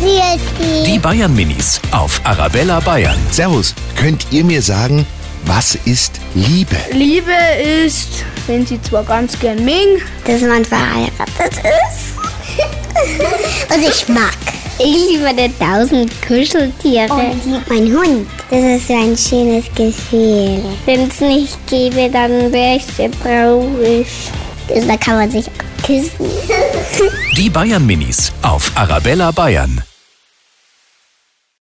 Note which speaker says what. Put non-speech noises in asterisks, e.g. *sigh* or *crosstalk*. Speaker 1: Christi.
Speaker 2: Die Bayern Minis auf Arabella Bayern.
Speaker 3: Servus, könnt ihr mir sagen, was ist Liebe?
Speaker 4: Liebe ist, wenn sie zwar ganz gern Ming,
Speaker 1: dass man verheiratet ist. *laughs* Und ich mag. Ich liebe die tausend Kuscheltiere. Und lieb mein Hund. Das ist so ein schönes Gefühl. Wenn es nicht gäbe, dann wäre ich sehr traurig. Also Da kann man sich küssen.
Speaker 2: Die Bayern Minis auf Arabella Bayern.